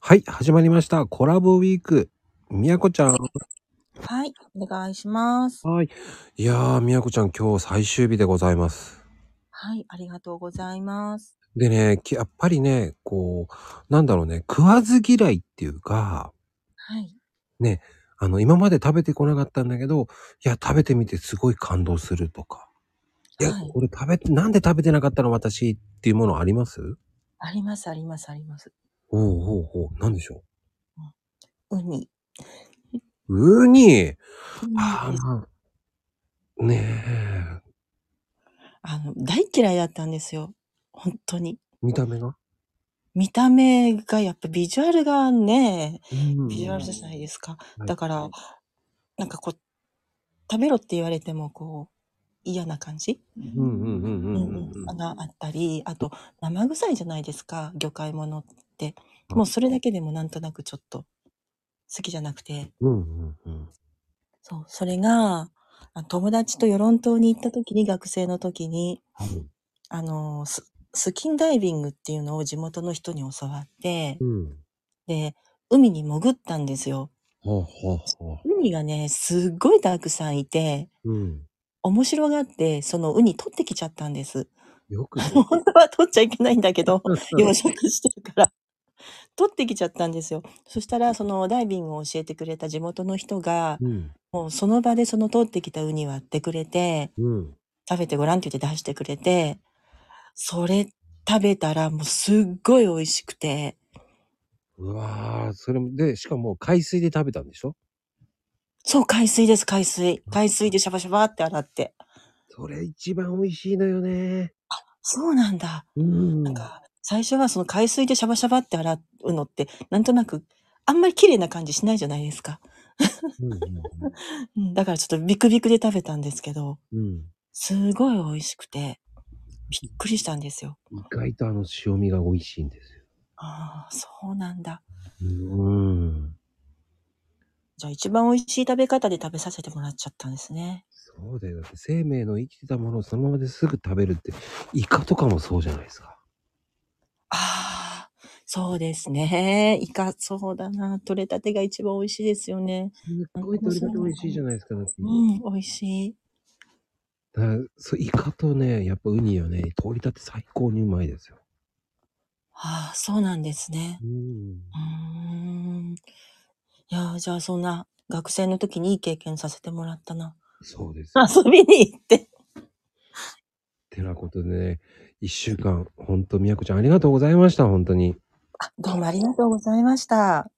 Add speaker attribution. Speaker 1: はい、始まりました。コラボウィーク。みやこちゃん。
Speaker 2: はい、お願いします。
Speaker 1: はい。いやー、みやこちゃん、今日最終日でございます。
Speaker 2: はい、ありがとうございます。
Speaker 1: でね、きやっぱりね、こう、なんだろうね、食わず嫌いっていうか、
Speaker 2: はい。
Speaker 1: ね、あの、今まで食べてこなかったんだけど、いや、食べてみてすごい感動するとか、いや、
Speaker 2: はい。
Speaker 1: これ食べて、なんで食べてなかったの私っていうものあります
Speaker 2: あります、あります、あります。
Speaker 1: おうおうおう、なんでしょ
Speaker 2: うんウニ。
Speaker 1: う。ウニ
Speaker 2: ウニ
Speaker 1: あ
Speaker 2: です。
Speaker 1: あ、まあ、ねえ、
Speaker 2: あの、大嫌いだったんですよ。本当に。
Speaker 1: 見た目が
Speaker 2: 見た目が、やっぱビジュアルがね、
Speaker 1: う
Speaker 2: ビジュアル
Speaker 1: ん。
Speaker 2: じゃないですか。
Speaker 1: はい。
Speaker 2: だから、なんかこう、食べろって言われても、こう、嫌な感じ
Speaker 1: うんうんうんう
Speaker 2: うん
Speaker 1: ん
Speaker 2: うん。
Speaker 1: うんうん。
Speaker 2: があったり、あと、生臭いじゃないですか、魚介ものって。
Speaker 1: あ
Speaker 2: もうそれだけでもなんとなくちょっと好きじゃなくて。
Speaker 1: うんうんうん。
Speaker 2: そう、それが、あ友達と与論島に行った時に、学生の時に、
Speaker 1: はい。
Speaker 2: あの、ススキンダイビングっていうのを地元の人に教わって、
Speaker 1: うん。
Speaker 2: で、海に潜ったんですよ。
Speaker 1: ほうほうほう。
Speaker 2: ウニがね、すっごいたくさんいて、
Speaker 1: うん。
Speaker 2: 面白がって、そのウニ取ってきちゃったんです。
Speaker 1: よ く
Speaker 2: あ
Speaker 1: ぞ。
Speaker 2: の、本当は取っちゃいけないんだけど、養
Speaker 1: う
Speaker 2: 殖してるから、取ってきちゃったんですよ。そしたら、そのダイビングを教えてくれた地元の人が、
Speaker 1: ん。
Speaker 2: もうその場でその取ってきたウニ割ってくれて、
Speaker 1: うん。
Speaker 2: 食べてごらんって言って出してくれて、それ食べたらもうすっごい美味しくて、
Speaker 1: うわー、それも、で、しかも海水で食べたんでしょ
Speaker 2: そう、海水です、海水。
Speaker 1: うん
Speaker 2: 海水でシャバシャバって洗って。
Speaker 1: それ一番美味しいのよね。
Speaker 2: そうなんだ。
Speaker 1: う
Speaker 2: なん
Speaker 1: ん。
Speaker 2: か、最初はその海水でシャバシャバって洗うのって、なんとなく、あんまり綺麗な感じしないじゃないですか。
Speaker 1: うんうん
Speaker 2: うんだからちょっとビクビクで食べたんですけど、
Speaker 1: うん。
Speaker 2: すごい美味しくて、びっくりしたんですよ。
Speaker 1: 意外とあの塩味が美味しいんですよ。
Speaker 2: ああ、そうなんだ。
Speaker 1: うん。
Speaker 2: じゃあ一番美味しい食べ方で食べさせてもらっちゃったんですね。
Speaker 1: そうだよ。だって生命の生きてたものをそのままですぐ食べるって、イカとかもそうじゃないですか。
Speaker 2: ああ、そうですね。イカ、そうだな。取れたてが一番美味しいですよね。
Speaker 1: すっ
Speaker 2: なん
Speaker 1: ごい
Speaker 2: でも
Speaker 1: 取り
Speaker 2: そ
Speaker 1: たて
Speaker 2: うな
Speaker 1: 美
Speaker 2: の
Speaker 1: 味
Speaker 2: か
Speaker 1: しいじゃ
Speaker 2: な。
Speaker 1: ないですか。だって
Speaker 2: うん、美味しい。
Speaker 1: だからそうイカとね、やっぱウニはね、取りたて最高にうまいですよ。
Speaker 2: ああ、そうなんですね。
Speaker 1: うん。
Speaker 2: うーん。いやー、じゃあそんな学生の時にいい経験させてもらったな。
Speaker 1: そうですよ。
Speaker 2: 遊びに行って。
Speaker 1: てなことでね、一週間、ほんと、みやこちゃんありがとうございました、本当に。
Speaker 2: あ、どうもありがとうございました。